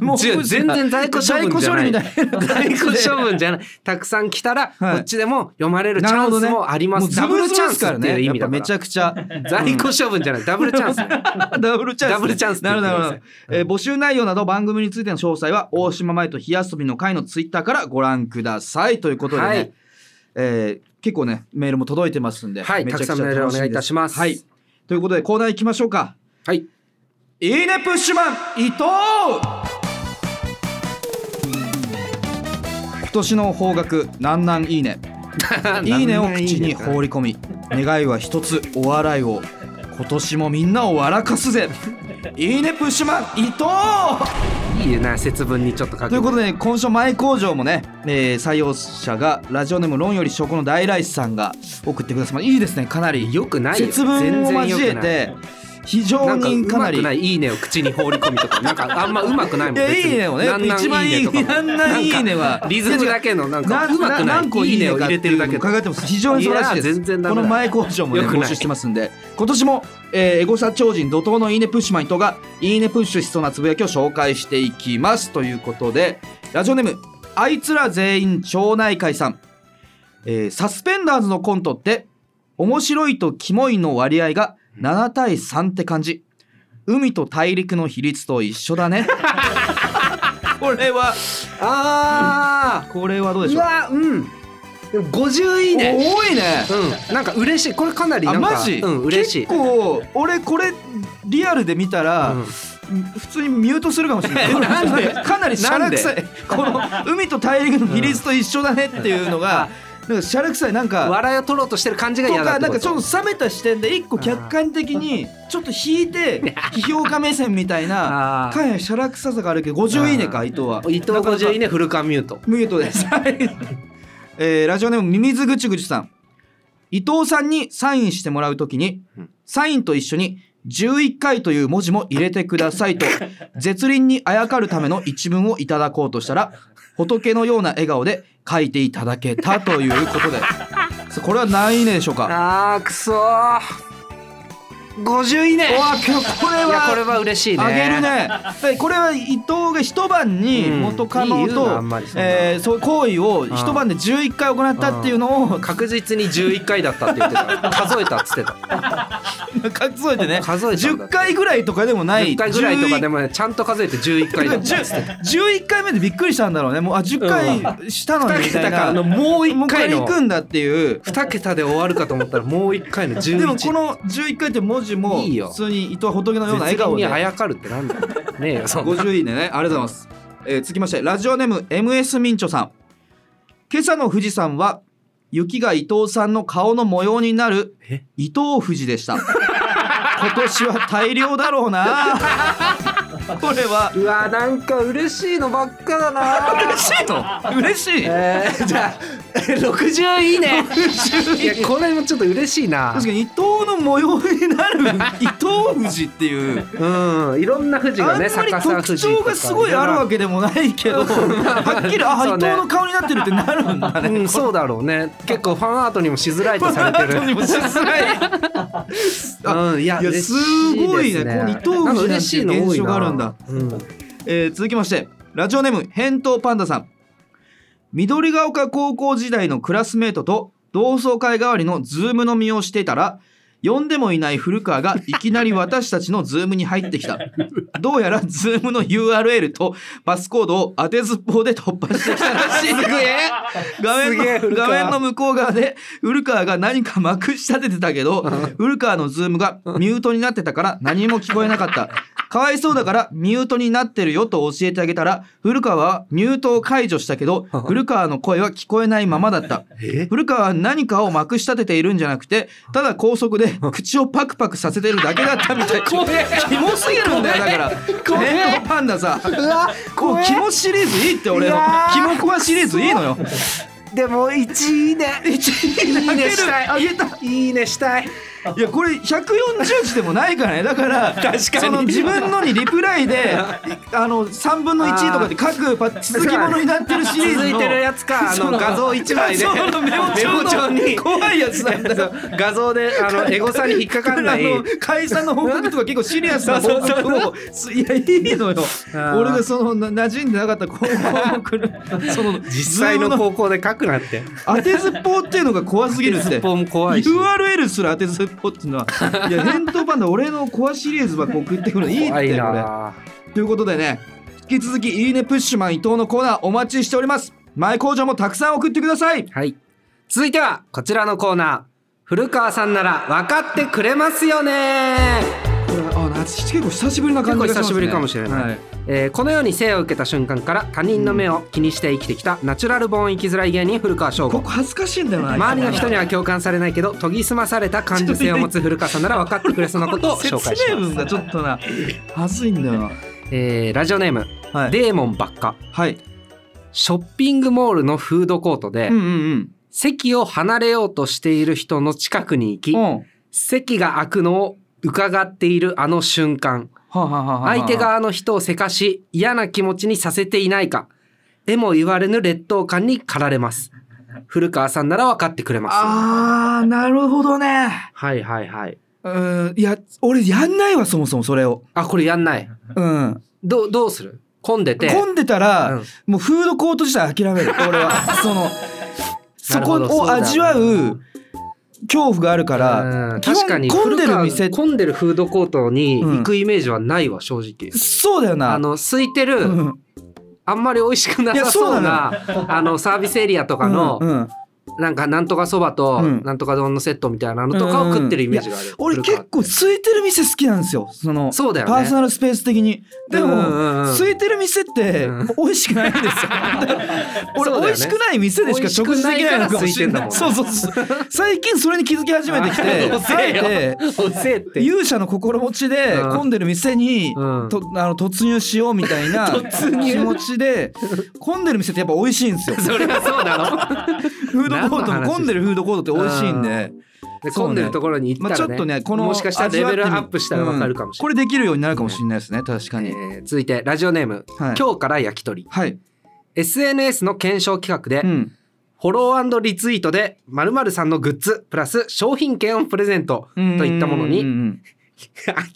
Speaker 2: もう
Speaker 1: 違う全然在庫処分じゃない
Speaker 2: 在庫処理みたいな
Speaker 1: 在庫処分じゃないたくさん来たらこ
Speaker 2: はい
Speaker 1: っちでも読まれるチ
Speaker 2: なる
Speaker 1: ャ
Speaker 2: ほ
Speaker 1: ン
Speaker 2: ど
Speaker 1: ス
Speaker 2: ね。
Speaker 1: もありますダ
Speaker 2: ダ
Speaker 1: ブ
Speaker 2: ブ
Speaker 1: ル
Speaker 2: ル
Speaker 1: チ
Speaker 2: チ
Speaker 1: ャ
Speaker 2: ャ
Speaker 1: ン
Speaker 2: ン
Speaker 1: ス
Speaker 2: ス
Speaker 1: っ
Speaker 2: から
Speaker 1: ていう
Speaker 2: ね。
Speaker 1: 意
Speaker 2: やっ
Speaker 1: 味
Speaker 2: ぱ
Speaker 1: だか
Speaker 2: めち
Speaker 1: ら
Speaker 2: ゃくちゃ。
Speaker 1: 在庫処分じゃないダブルチ
Speaker 2: [LAUGHS]
Speaker 1: ャンスね
Speaker 2: ダブルチャンス。
Speaker 1: ダブルチャンスって
Speaker 2: な
Speaker 1: 言
Speaker 2: る
Speaker 1: って
Speaker 2: ほど
Speaker 1: ください
Speaker 2: なるほど。えー募集内容など番組についての詳細は、大島舞と火遊びの会のツイッターからご覧ください。ということでね、
Speaker 1: はい
Speaker 2: えー結構ね、メールも届いてますんで、
Speaker 1: はい
Speaker 2: めちゃくちゃ
Speaker 1: たくさんメールお願いいたします
Speaker 2: 楽ですはい。ということで、コーナー行きましょうか。
Speaker 1: はい
Speaker 2: いいねプッシュマン伊藤今年の方角南南いいねいいねを口に放り込み願いは一つお笑いを今年もみんなを笑かす
Speaker 1: [LAUGHS]
Speaker 2: ぜいいねプッシュマン伊藤
Speaker 1: いいな節分にちょっと書く
Speaker 2: ということで今週前工場もね、えー採用者がラジオネーム論より証拠の大来さんが送ってくださいまいいですねかなり
Speaker 1: よくないよ
Speaker 2: 節分を交え
Speaker 1: 全然
Speaker 2: て非
Speaker 1: な
Speaker 2: 常
Speaker 1: んか
Speaker 2: に
Speaker 1: う
Speaker 2: かな
Speaker 1: まく
Speaker 2: り
Speaker 1: ないいいねを口に放り込みとかなんかあんまうまくないもん
Speaker 2: [LAUGHS] いやいいねをね
Speaker 1: なんなん
Speaker 2: 一 [LAUGHS] 番いい
Speaker 1: とかも
Speaker 2: なんなんいいねは
Speaker 1: なんかリズムだけのなんかうまくない
Speaker 2: 何個いいねを
Speaker 1: を入
Speaker 2: 入
Speaker 1: れ
Speaker 2: れ
Speaker 1: て
Speaker 2: て
Speaker 1: る
Speaker 2: る
Speaker 1: だ
Speaker 2: だ
Speaker 1: け
Speaker 2: け
Speaker 1: と
Speaker 2: 考
Speaker 1: か
Speaker 2: えてます非常に素晴らしいです
Speaker 1: いや全然ダメ
Speaker 2: こ
Speaker 1: だ
Speaker 2: の前工場も、ね、
Speaker 1: よくない
Speaker 2: 募集してますんで今年も、えー、エゴサ超人怒涛のいいねプッシュマン人がいいねプッシュしそうなつぶやきを紹介していきますということでラジオネームあいつら全員町内会さん、えーサスペンダーズのコントって面白いとキモいの割合が7対3って感じ海と大陸の比率と一緒
Speaker 1: [LAUGHS]
Speaker 2: だねこれは
Speaker 1: あ
Speaker 2: これはどう
Speaker 1: ー
Speaker 2: でし
Speaker 1: う
Speaker 2: ょう
Speaker 1: わうんでも50いいね
Speaker 2: 多いね
Speaker 1: うんなんか嬉しいこれかなりなんか
Speaker 2: あマジ
Speaker 1: うん嬉しい
Speaker 2: 結構俺これリアルで見たら、
Speaker 1: うん
Speaker 2: 普通にミュートするかもしれない
Speaker 1: なんで
Speaker 2: かなりシャラ臭いこの海と大陸の比率と一緒だねっていうのが、なんかシャラ臭いなんか
Speaker 1: 笑いを取ろうとしてる感じが
Speaker 2: と
Speaker 1: 嫌だ
Speaker 2: か
Speaker 1: って
Speaker 2: なん
Speaker 1: こ
Speaker 2: か
Speaker 1: と
Speaker 2: ちょっと冷めた視点で一個客観的にちょっと引い
Speaker 1: [LAUGHS]
Speaker 2: て批評家目線みたいな
Speaker 1: あ
Speaker 2: かやシャラ臭さがあるけど50いいねか
Speaker 1: あー
Speaker 2: 伊藤は
Speaker 1: ー伊藤50いいねフルカンミュート
Speaker 2: ミュートです。えーラジオネームミミズぐちぐちさん。伊藤さんにサインしてもらうときに
Speaker 1: うん、
Speaker 2: サインと一緒に11回という文字も入れてくださいと、絶倫にあやかるための一文をいただこうとしたら、仏のような笑顔で書いていただけたというこ
Speaker 1: [LAUGHS]
Speaker 2: とで、さこれは何位でしょうか
Speaker 1: あーくそー50いいね
Speaker 2: うわけどこれ
Speaker 1: いやこれ
Speaker 2: は
Speaker 1: は嬉しいね
Speaker 2: あげるねはいこれは伊藤が一晩に元カ
Speaker 1: うんい
Speaker 2: ノ
Speaker 1: いよな
Speaker 2: と
Speaker 1: あんまりそんな
Speaker 2: えーそういう行為を一晩で11回行ったっていうのを
Speaker 1: 確実に11回だったって言って [LAUGHS] た数えたっつってた
Speaker 2: [LAUGHS] 数えてね
Speaker 1: 数えたんだ
Speaker 2: 10回ぐらいとかでもない
Speaker 1: 10回ぐらいとかで
Speaker 2: も
Speaker 1: もねちゃんと数えて11回だったっつって
Speaker 2: 11回目でびっくりしたんだろうねもうあ10回したのにみたい
Speaker 1: だから
Speaker 2: な
Speaker 1: あのもう
Speaker 2: も
Speaker 1: 1
Speaker 2: うこ
Speaker 1: 回
Speaker 2: れ
Speaker 1: の
Speaker 2: 行くんだっていう
Speaker 1: 2桁で終わるかと思ったらもう1回の11
Speaker 2: でもこの11回って文字も
Speaker 1: いいよ
Speaker 2: 普通に伊藤仏のような笑
Speaker 1: 絶
Speaker 2: 顔
Speaker 1: 倫に
Speaker 2: で
Speaker 1: あやかるってなんだよねえよそんな
Speaker 2: 50位でねありがとうございます、えー続きましてラジオネーム MS ミンチョさん今朝の富士山は雪が伊藤さんの顔の模様になる
Speaker 1: え
Speaker 2: 伊藤富士でした [LAUGHS] 今年は大量だろうな [LAUGHS] これは
Speaker 1: うわなんか嬉しいのばっかだな
Speaker 2: 嬉しいの嬉しい確
Speaker 1: [LAUGHS] えー、じゃあ60いいねいやこれもちょっと嬉しいな
Speaker 2: かに伊藤の模様になる伊藤富士っていう
Speaker 1: うんいろんな富士
Speaker 2: あ
Speaker 1: が
Speaker 2: ん
Speaker 1: ね
Speaker 2: まり
Speaker 1: 逆さ
Speaker 2: 特
Speaker 1: 富士と
Speaker 2: 徴
Speaker 1: か
Speaker 2: がすごいあるわけでもない
Speaker 1: [LAUGHS]
Speaker 2: けどはっきりあ伊
Speaker 1: そう
Speaker 2: 藤
Speaker 1: ね
Speaker 2: の顔になってるってなるんだね
Speaker 1: うん、そうだろうね。結構ファンアートにもしづらいとされ
Speaker 2: [LAUGHS]
Speaker 1: てる。
Speaker 2: にもしづらい
Speaker 1: うん、いや
Speaker 2: いや
Speaker 1: 嬉し
Speaker 2: すごいね
Speaker 1: で
Speaker 2: この伊藤富士なんていう
Speaker 1: 嬉しいの多い
Speaker 2: 現象
Speaker 1: な
Speaker 2: があるんだ。
Speaker 1: うん、
Speaker 2: えー続きましてラジオネーム返答パンダさん緑ヶ丘高校時代のクラスメートと同窓会代わりのズーム飲みをしていたら呼んでもいない古川がいきなり私たちのズームに入ってきたどうやらズームの URL とパスコードを当てずっぽうで突破してきたらしい画面
Speaker 1: すげえ
Speaker 2: の
Speaker 1: 古川
Speaker 2: 画面の向こう側で古川が何かまくし立ててたけど古川のズームがミュートになってたから何も聞こえなかったかわいそうだからミュートになってるよと教えてあげたら古川はミュートを解除したけど古川の声は聞こえないままだった
Speaker 1: え
Speaker 2: 古川は何かをまくし立てているんじゃなくてただ高速で口をパクパクさせてるだけだった
Speaker 1: [LAUGHS]
Speaker 2: みたいキモすぎるんだよだからレッドパンダさこうキモシリーズいいって俺の
Speaker 1: うわ
Speaker 2: キモコアシリーズいいのよ
Speaker 1: でも1位で1
Speaker 2: あ
Speaker 1: いい
Speaker 2: げ
Speaker 1: ね
Speaker 2: る
Speaker 1: したい
Speaker 2: あげた
Speaker 1: いいねしたい
Speaker 2: いやこれ140字でもないからねだからその自分のにリプライで
Speaker 1: [LAUGHS]
Speaker 2: あの3分の1とかで各パ続きものになってるシリーズの
Speaker 1: 続いてるやつかあ
Speaker 2: そ
Speaker 1: の
Speaker 2: の
Speaker 1: 画像1枚で
Speaker 2: 画像のメモ
Speaker 1: メモ
Speaker 2: 帳
Speaker 1: 帳
Speaker 2: の
Speaker 1: に
Speaker 2: 怖いやつなんだよ
Speaker 1: 画像であのエゴさんに引っかかんない
Speaker 2: あの解散の報告とか結構シリアスな報告をすいやいいのよ
Speaker 1: あー
Speaker 2: 俺がそのな馴染んでなかった高校の来るその
Speaker 1: 実際の
Speaker 2: ズーム
Speaker 1: 高校で書くなって
Speaker 2: 当てずっぽうっていうのが怖すぎるって
Speaker 1: 一本も怖いし
Speaker 2: URL すら当てずっぽうっていうのはいや返答パンダ俺のコアシリーズばっか送ってくるのいい
Speaker 1: 怖
Speaker 2: っ
Speaker 1: い
Speaker 2: てこれ
Speaker 1: な
Speaker 2: ということでね引き続き「いいねプッシュマン伊藤」のコーナーお待ちしております前工場もたくさん送ってください
Speaker 1: はい続いてはこちらのコーナー古川さんなら分かってくれますよね
Speaker 2: これあ夏結構久しぶりな感じがしま
Speaker 1: 結構久し
Speaker 2: す、ね、
Speaker 1: ぶりかもしれない
Speaker 2: はい
Speaker 1: えーこのように生を受けた瞬間から他人の目を気にして生きてきたナチュラルボーン生きづらい芸人古川翔
Speaker 2: こ
Speaker 1: 吾
Speaker 2: こ恥ずかしいんだよな
Speaker 1: 周りの人には共感されないけど研ぎ澄まされた感受性を持つ古川さんなら分かってくれそうな
Speaker 2: [LAUGHS]
Speaker 1: ことを紹介し
Speaker 2: 説明
Speaker 1: ます
Speaker 2: 文、がちょっとな恥ずいんだよな
Speaker 1: [LAUGHS] えーラジオネーム、
Speaker 2: はい
Speaker 1: デーモンばっか
Speaker 2: はい
Speaker 1: ショッピングモールのフードコートで、
Speaker 2: うんうん
Speaker 1: 席を離れようとしている人の近くに行き、
Speaker 2: うんうんは
Speaker 1: 席が開くのを伺っているあの瞬間
Speaker 2: あはあはあはあ
Speaker 1: 相手側の人をせかし嫌な気持ちにさせていないかえも言われぬ劣等感に駆られます古川さんなら分かってくれます
Speaker 2: あーなるほどね
Speaker 1: はいはいはいう
Speaker 2: ーんいや俺やんないわそもそもそれを
Speaker 1: あこれやんない
Speaker 2: うん
Speaker 1: どうどうする混んでて
Speaker 2: 混んでたら、
Speaker 1: うん
Speaker 2: もうフードコート自体諦める俺は
Speaker 1: [LAUGHS]
Speaker 2: そのそこ
Speaker 1: なるほどそう
Speaker 2: を
Speaker 1: だ
Speaker 2: 味わう恐怖があるから、
Speaker 1: うん
Speaker 2: 基本
Speaker 1: 確かに
Speaker 2: 混んでる店
Speaker 1: 古川混んでるフードコートに行くイメージはないわ正直、
Speaker 2: そうだよな
Speaker 1: あの空いてる、
Speaker 2: うん
Speaker 1: [LAUGHS] あんまり美味しくなさそう
Speaker 2: いや
Speaker 1: なあのサービスエリアとかの、
Speaker 2: うんうん
Speaker 1: なんかなんとかそばと
Speaker 2: うん
Speaker 1: なんとか丼のセットみたいなのとかを食ってるイメージがある。
Speaker 2: 俺
Speaker 1: 古川
Speaker 2: 結構空いてる店好きなんですよその
Speaker 1: そうだよね。
Speaker 2: パーソナルスペース的にでも、
Speaker 1: うんうんうん
Speaker 2: 空いてる店って
Speaker 1: うん
Speaker 2: 美味しくないん
Speaker 1: [LAUGHS]
Speaker 2: ですよ
Speaker 1: そうだよ
Speaker 2: 俺
Speaker 1: ね
Speaker 2: 美味しくない店でしか食事できないのかもしれない
Speaker 1: 美味しく
Speaker 2: そうそうそう最近それに気づき始めてきて
Speaker 1: [LAUGHS] うるせえよ
Speaker 2: あえ
Speaker 1: うせえって
Speaker 2: 勇者の心持ちで
Speaker 1: うん
Speaker 2: 混んでる店に、
Speaker 1: うん
Speaker 2: とあの突入しようみたいな
Speaker 1: [LAUGHS] 突入
Speaker 2: 気持ちで混んでる店ってやっぱ美味しいんですよ
Speaker 1: [LAUGHS] それはそうな
Speaker 2: [LAUGHS]
Speaker 1: の。
Speaker 2: フードコート
Speaker 1: 何の話
Speaker 2: も混んでるフードコートって美味しいんで。
Speaker 1: で
Speaker 2: そうね
Speaker 1: 混んでるところに行ったらね。
Speaker 2: まあちょっとねこの
Speaker 1: もしかしたらレベルアップしたらわかるかもしれ
Speaker 2: これできるようになるかもしれないですね確か
Speaker 1: ない。
Speaker 2: に、
Speaker 1: えー続いてラジオネーム、
Speaker 2: はい
Speaker 1: 今日から焼き鳥
Speaker 2: はい、
Speaker 1: SNS の検証企画で、
Speaker 2: うん、
Speaker 1: フォローリツイートで〇〇さんのグッズプラス商品券をプレゼントといったもの
Speaker 2: [LAUGHS] うんう
Speaker 1: に
Speaker 2: ん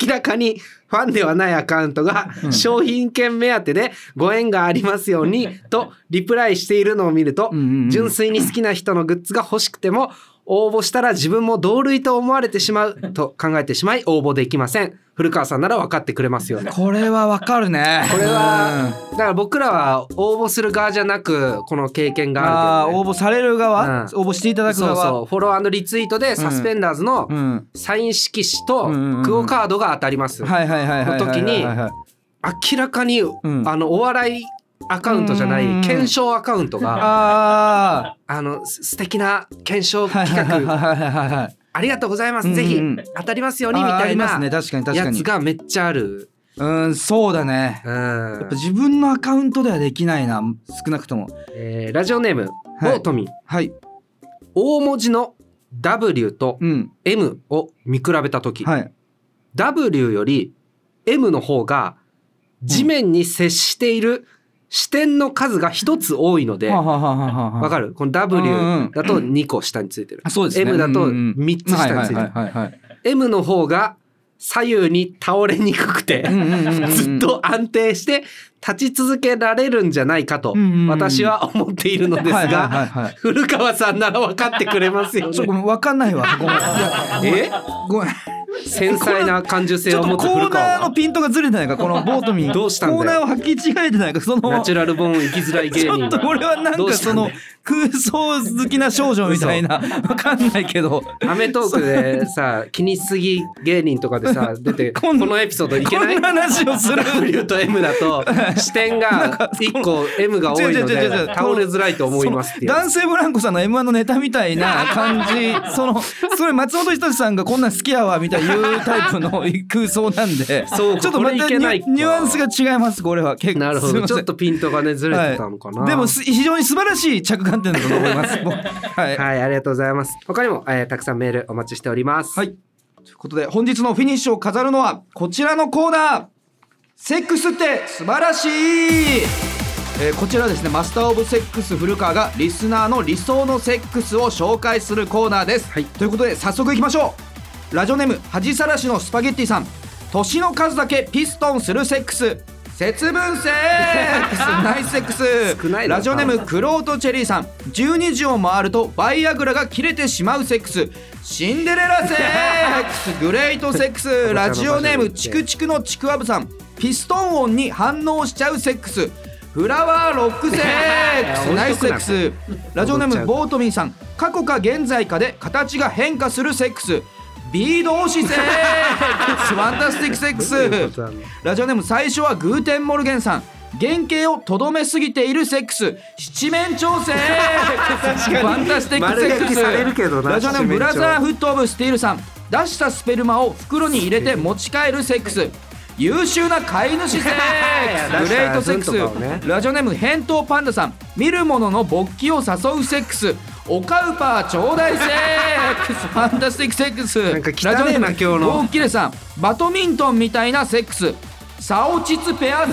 Speaker 1: 明らかにファンではないアカウントが
Speaker 2: うん
Speaker 1: 商品券目当てでご縁がありますようにとリプライしているのを見ると
Speaker 2: うんうんうん
Speaker 1: 純粋に好きな人のグッズが欲しくても応募したら自分も同類と思われてしまうと考えてしまい応募できません古川さんなら分かってくれますよね
Speaker 2: これはわかるね
Speaker 1: これはだから僕らは応募する側じゃなくこの経験
Speaker 2: うん
Speaker 1: があ
Speaker 2: あ
Speaker 1: る
Speaker 2: ー
Speaker 1: けどね
Speaker 2: 応募される側、
Speaker 1: う
Speaker 2: 応募していただく
Speaker 1: そう
Speaker 2: 側
Speaker 1: そうフォローリツイートでサスペンダーズの
Speaker 2: うん、
Speaker 1: サイン色紙と
Speaker 2: うんうんうん
Speaker 1: クオカードが当たります
Speaker 2: はいはいはいはいはい
Speaker 1: の時に
Speaker 2: はいはい
Speaker 1: 明らかに
Speaker 2: ん
Speaker 1: あのお笑いアカウントじゃない
Speaker 2: うん
Speaker 1: 検証アカウントが
Speaker 2: あ
Speaker 1: あのす素敵な検証
Speaker 2: ーはい
Speaker 1: 企
Speaker 2: はいはい
Speaker 1: 画
Speaker 2: はいはいはい
Speaker 1: ありがとうございま
Speaker 2: う
Speaker 1: す
Speaker 2: ん
Speaker 1: ぜひ
Speaker 2: うん
Speaker 1: 当たりますよう
Speaker 2: あ
Speaker 1: にみ
Speaker 2: ーあ
Speaker 1: た
Speaker 2: り
Speaker 1: い
Speaker 2: ます
Speaker 1: な
Speaker 2: ね確かに確か
Speaker 1: や
Speaker 2: に
Speaker 1: つがめっちゃある
Speaker 2: うんそうだね
Speaker 1: うん
Speaker 2: 自分のアカウントではできないな少なくとも
Speaker 1: えーラジオネーム
Speaker 2: はい
Speaker 1: ボートミン
Speaker 2: はい
Speaker 1: 大文字の W と
Speaker 2: うん
Speaker 1: M を見比べた時
Speaker 2: はい
Speaker 1: W より M の方が地面に接している視点の数が一つ多いので、
Speaker 2: はあ
Speaker 1: わ
Speaker 2: はあはあはあはあ
Speaker 1: かるこの
Speaker 2: うんう
Speaker 1: W
Speaker 2: ん
Speaker 1: だと2個下についてる。
Speaker 2: あそうですね
Speaker 1: M だと
Speaker 2: うんうんうん
Speaker 1: 3つ下についてる。
Speaker 2: はいはいはいはい
Speaker 1: M の方が左右に倒れにくくて
Speaker 2: うん、うんうんうん
Speaker 1: ずっと安定して立ち続けられるんじゃないかと
Speaker 2: うんうんうん
Speaker 1: 私は思っているのです
Speaker 2: はいはいはい
Speaker 1: が、
Speaker 2: はい
Speaker 1: 古川さんなら分かってくれますよ
Speaker 2: ちょ
Speaker 1: ね。
Speaker 2: っとごめん分かんないわごめんいや
Speaker 1: え
Speaker 2: ごめん
Speaker 1: 繊細な感受
Speaker 2: ち
Speaker 1: 性
Speaker 2: ょ
Speaker 1: を
Speaker 2: っ
Speaker 1: 持
Speaker 2: と
Speaker 1: つ
Speaker 2: コ
Speaker 1: 古
Speaker 2: ーナー
Speaker 1: 川
Speaker 2: の
Speaker 1: は
Speaker 2: ピントがずれてないかこのボートミン
Speaker 1: どうしたんだよ
Speaker 2: コーナーを履き違えてないかそ
Speaker 1: ナ
Speaker 2: の
Speaker 1: チュ
Speaker 2: ち
Speaker 1: ラルボーン生きづらい芸人
Speaker 2: ょっとこれはなん
Speaker 1: どう
Speaker 2: か
Speaker 1: した
Speaker 2: そ
Speaker 1: んだ
Speaker 2: の
Speaker 1: よ
Speaker 2: 空想好きな少女みたいな分かんないけど
Speaker 1: アメトークでさ気にしすぎ芸人とかで
Speaker 2: [LAUGHS]
Speaker 1: さ出て
Speaker 2: こ
Speaker 1: こ
Speaker 2: ん
Speaker 1: のエピソードいけ
Speaker 2: こ
Speaker 1: ない
Speaker 2: んな話をする
Speaker 1: W と M だと視点が1個 M が多いの
Speaker 2: 違う違
Speaker 1: で
Speaker 2: う違う違う
Speaker 1: 倒れづらいと思いますっていう
Speaker 2: 男性ブランコさんの M1 のネタみたいな感じ
Speaker 1: [LAUGHS]
Speaker 2: そのそれ松本人志さんがこんなん好きやわみたいな言うタイプの空想なんで
Speaker 1: そうか
Speaker 2: ちょっとまたニ
Speaker 1: これいけない
Speaker 2: ュ
Speaker 1: か
Speaker 2: ニュアンスが違いますこれは結構
Speaker 1: なるほ
Speaker 2: すい
Speaker 1: ど
Speaker 2: ま
Speaker 1: ち
Speaker 2: せん
Speaker 1: ょっとピントがねずれてたのかな、
Speaker 2: はい、でもす非常に素晴らしい着眼点だと思います。僕はい、はい
Speaker 1: はいありがとうございます他にも、えーたくさんメールお待ちしております、
Speaker 2: ということで本日のフィニッシュを飾るのはこちらのコーナー「セックスって素晴らしい!」えーこちらはですねマスター・オブ・セックス古川がリスナーの理想のセックスを紹介するコーナーです、
Speaker 1: はい
Speaker 2: ということで早速いきましょうラジオネーム恥さらしのスパゲッティさん年の数だけピストンするセックス節分セッ
Speaker 1: [LAUGHS]
Speaker 2: クスナイスセックス
Speaker 1: 少ないな
Speaker 2: ラジオネームクロートチェリーさん12時を回るとバイアグラが切れてしまうセックスシンデレラセッ
Speaker 1: [LAUGHS]
Speaker 2: クスグレートセックスラジオネームチクチクのちくわぶさんピストン音に反応しちゃうセックスフラワーロックセック
Speaker 1: [LAUGHS]
Speaker 2: スナイスセックスラジオネームボートミンさん過去か現在かで形が変化するセックスビード押しセック
Speaker 1: [LAUGHS]
Speaker 2: スファンタスティックセック
Speaker 1: どういうこ
Speaker 2: ス
Speaker 1: となの
Speaker 2: ラジオネーム最初はグーテンモルゲンさん原型をとどめすぎているセックス七面鳥セックスファンタスティックセッ
Speaker 1: 丸
Speaker 2: ク
Speaker 1: 焼きされるけど
Speaker 2: ス
Speaker 1: な
Speaker 2: ラジオネームブラザーフットオブスティールさん出したスペルマを袋に入れて持ち帰るセックス優秀な飼い主
Speaker 1: [LAUGHS]
Speaker 2: セックスグレートセック
Speaker 1: 出した分とかをね
Speaker 2: スラジオネーム返答パンダさん見る者の勃起を誘うセックスおかうぱちょうだいセッ
Speaker 1: [LAUGHS]
Speaker 2: クスファンタスティックセックス
Speaker 1: なんか汚えな
Speaker 2: ラジオネーム
Speaker 1: 今日の
Speaker 2: ゴーキレさんバドミントンみたいなセックスサオチツペアセッ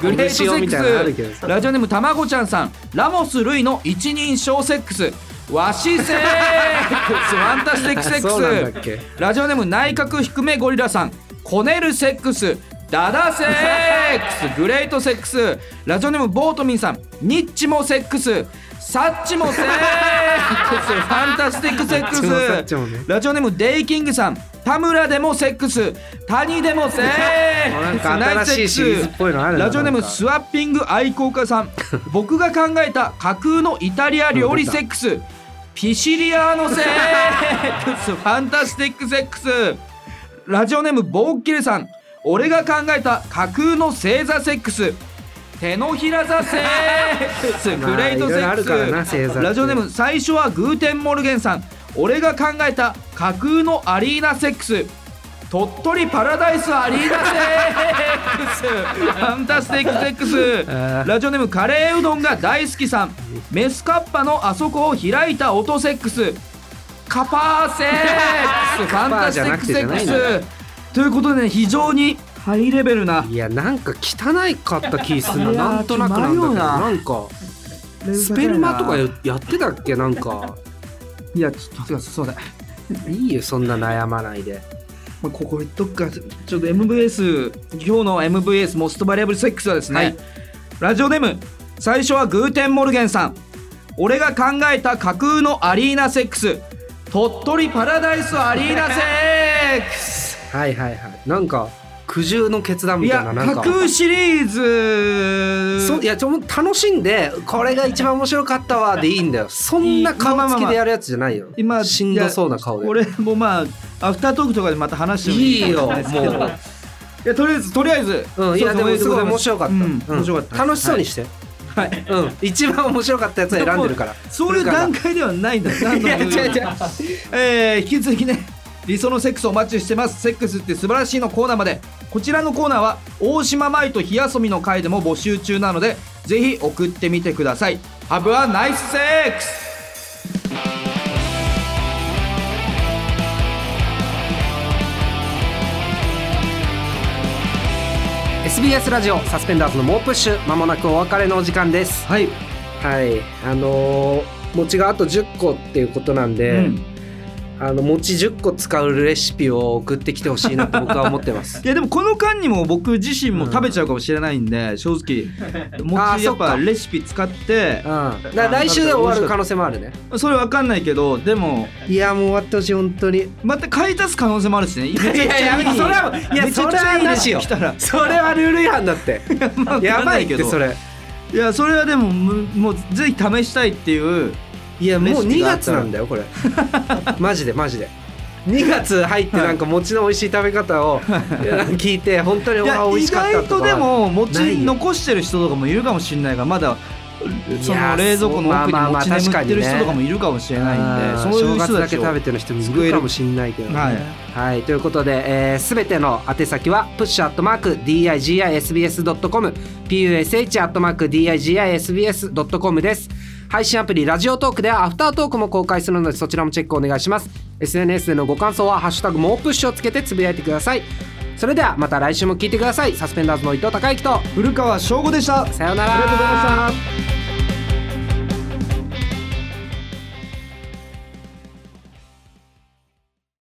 Speaker 1: [LAUGHS]
Speaker 2: スグレートセ
Speaker 1: みたいなのあるけ
Speaker 2: ッ
Speaker 1: ど
Speaker 2: ク
Speaker 1: さ
Speaker 2: スラジオネームたまごちゃんさんラモス・ルイの一人称セックスわし [LAUGHS] セックスファンタスティックセ
Speaker 1: そうなんだ
Speaker 2: ッ
Speaker 1: っ
Speaker 2: ク
Speaker 1: け
Speaker 2: スラジオネーム内閣低めゴリラさんこねるセックスダダセックスグレートセックスラジオネームボートミンさんニッチもセックスサッチもセックス [LAUGHS] ファンタスティックセック
Speaker 1: ニッチもサッチもね
Speaker 2: スラジオネームデイキングさん田村でもセックス谷でもセ [LAUGHS] ックス
Speaker 1: なんか新しいシリーズっぽいのあるな
Speaker 2: ラジオネーム
Speaker 1: なんか
Speaker 2: スワッピング愛好家
Speaker 1: [LAUGHS]
Speaker 2: さん僕が考えた架空のイタリア料理セックスピシリアーノセッ
Speaker 1: [LAUGHS]
Speaker 2: クスファンタスティックセックスラジオネームボーッキレさん俺が考えた架空の星座セックス手のひら座セックス
Speaker 1: [LAUGHS] まあ
Speaker 2: グレート
Speaker 1: い
Speaker 2: セ
Speaker 1: ろいろ
Speaker 2: ッ
Speaker 1: あるからな
Speaker 2: ク
Speaker 1: 星
Speaker 2: ス
Speaker 1: 座って
Speaker 2: ラジオネーム最初はグーテンモルゲンさん俺が考えた架空のアリーナセックス鳥取パラダイスアリーナセックスファンタスティックセック
Speaker 1: あー
Speaker 2: スラジオネームカレーうどんが大好きさんメスカッパのあそこを開いた音セックスカパーセックスファンタスティックセッ
Speaker 1: カパーじゃなく
Speaker 2: ク
Speaker 1: てじゃな
Speaker 2: スということでね非常にハイレベルない
Speaker 1: やなんか汚いかった気すんな
Speaker 2: いやー
Speaker 1: なんとなくなんだけど
Speaker 2: 迷うな
Speaker 1: なんかスペルマとかややってたっけなんか
Speaker 2: いやちょっとそうだ
Speaker 1: いいよそんな悩まないで
Speaker 2: まあ、ここ言っとくかちょっと MVS 今日の MVS モストバリアブルセックスはですね、
Speaker 1: はい
Speaker 2: ラジオネーム最初はグーテンモルゲンさん俺が考えた架空のアリーナセックス鳥取パラダイスアリーナセックス
Speaker 1: はいはいはいなんか苦渋の決断
Speaker 2: い
Speaker 1: みたい
Speaker 2: や
Speaker 1: [LAUGHS] ななん
Speaker 2: 架
Speaker 1: か
Speaker 2: 空シリーズ
Speaker 1: そういやちょ楽しんでこれが一番面白かったわでいいんだよそんな顔つきでやるやつじゃないよ
Speaker 2: 今
Speaker 1: しんどそうな顔で
Speaker 2: 俺もまあアフタートークとかでまた話しても
Speaker 1: いい
Speaker 2: か
Speaker 1: よ
Speaker 2: もしれないですけど
Speaker 1: もう
Speaker 2: いやとりあえずとりあえず、
Speaker 1: うん、いや
Speaker 2: そ
Speaker 1: で
Speaker 2: うそう
Speaker 1: もすごい面白かった、
Speaker 2: うん
Speaker 1: うん
Speaker 2: 面白かった
Speaker 1: 楽しそうにして、
Speaker 2: はい
Speaker 1: うん一番面白かったやつを選んでるから
Speaker 2: そういう段階ではないんだ。何
Speaker 1: [LAUGHS] い
Speaker 2: 度も
Speaker 1: や
Speaker 2: 言うように
Speaker 1: 違う違う
Speaker 2: えー引き続きね、理想のセックスをお待ちしてます。セックスって素晴らしいのコーナーまで。こちらのコーナーは、大島舞と火遊びの回でも募集中なので、ぜひ送ってみてください。ハブはナイスセックス
Speaker 1: うん SBS ラジオサスペンダーズの猛プッシュまもなくお別れのお時間です
Speaker 2: はい。
Speaker 1: はいあのー、餅があと10個っていうことなんで、
Speaker 2: うん
Speaker 1: あの餅10個使うレシピを送ってきてほしいなと僕は思ってます
Speaker 2: [LAUGHS] いやでもこの間にも僕自身も食べちゃうかもしれないんで、正
Speaker 1: [LAUGHS]
Speaker 2: 直も
Speaker 1: あー
Speaker 2: ちや
Speaker 1: そ
Speaker 2: っ
Speaker 1: っか
Speaker 2: ぱレシピ使って
Speaker 1: うん、だから来週で終わる可能性もあるね
Speaker 2: それわかんないけどでも
Speaker 1: いやもう終わってほしい本当に
Speaker 2: また買い足す可能性もあるしねめちゃくちゃい
Speaker 1: [LAUGHS] いやいやそれは
Speaker 2: め
Speaker 1: いや
Speaker 2: ちゃくちゃいい
Speaker 1: それはな
Speaker 2: レシ
Speaker 1: しよ
Speaker 2: ピ来たら
Speaker 1: それはルール違反だって
Speaker 2: [LAUGHS] まあ
Speaker 1: やばいっ
Speaker 2: わかんな
Speaker 1: てそれ
Speaker 2: いやそれはでもむもうぜひ試したいっていう
Speaker 1: いやもう
Speaker 2: レシ
Speaker 1: 2
Speaker 2: ピがあっ
Speaker 1: 月
Speaker 2: たら
Speaker 1: なんだよ
Speaker 2: [LAUGHS]
Speaker 1: これマジでマジで2月入ってなんか餅の美味しい食べ方
Speaker 2: [LAUGHS]
Speaker 1: をいや聞いて本当に
Speaker 2: いや
Speaker 1: あ美味
Speaker 2: 意
Speaker 1: しかった
Speaker 2: 外
Speaker 1: と
Speaker 2: と
Speaker 1: か
Speaker 2: でも
Speaker 1: ない
Speaker 2: 餅
Speaker 1: よ
Speaker 2: 残してる人とかもいるかもしれないがまだその冷蔵庫の奥に
Speaker 1: まあまあまあ
Speaker 2: 餅
Speaker 1: 確
Speaker 2: 眠
Speaker 1: か
Speaker 2: っ
Speaker 1: に
Speaker 2: て
Speaker 1: ね
Speaker 2: る人とかもいるかもしれないんで
Speaker 1: そ
Speaker 2: そうう
Speaker 1: い
Speaker 2: いうう
Speaker 1: 人
Speaker 2: 人
Speaker 1: だ
Speaker 2: た
Speaker 1: け
Speaker 2: ちを
Speaker 1: 食べてる人もいるかもしんないけどね
Speaker 2: はい
Speaker 1: はい、ということで、えー、全ての宛先は push.digisbs.com push.digisbs.com です配信アプリラジオトークではアフタートークも公開するのでそちらもチェックお願いします SNS でのご感想は「ハッシュタグもうプッシュ」をつけてつぶやいてくださいそれではまた来週も聞いてくださいサスペンダーズの伊藤孝之と
Speaker 2: 古川翔吾でした
Speaker 1: さようなら
Speaker 2: ありがとうございました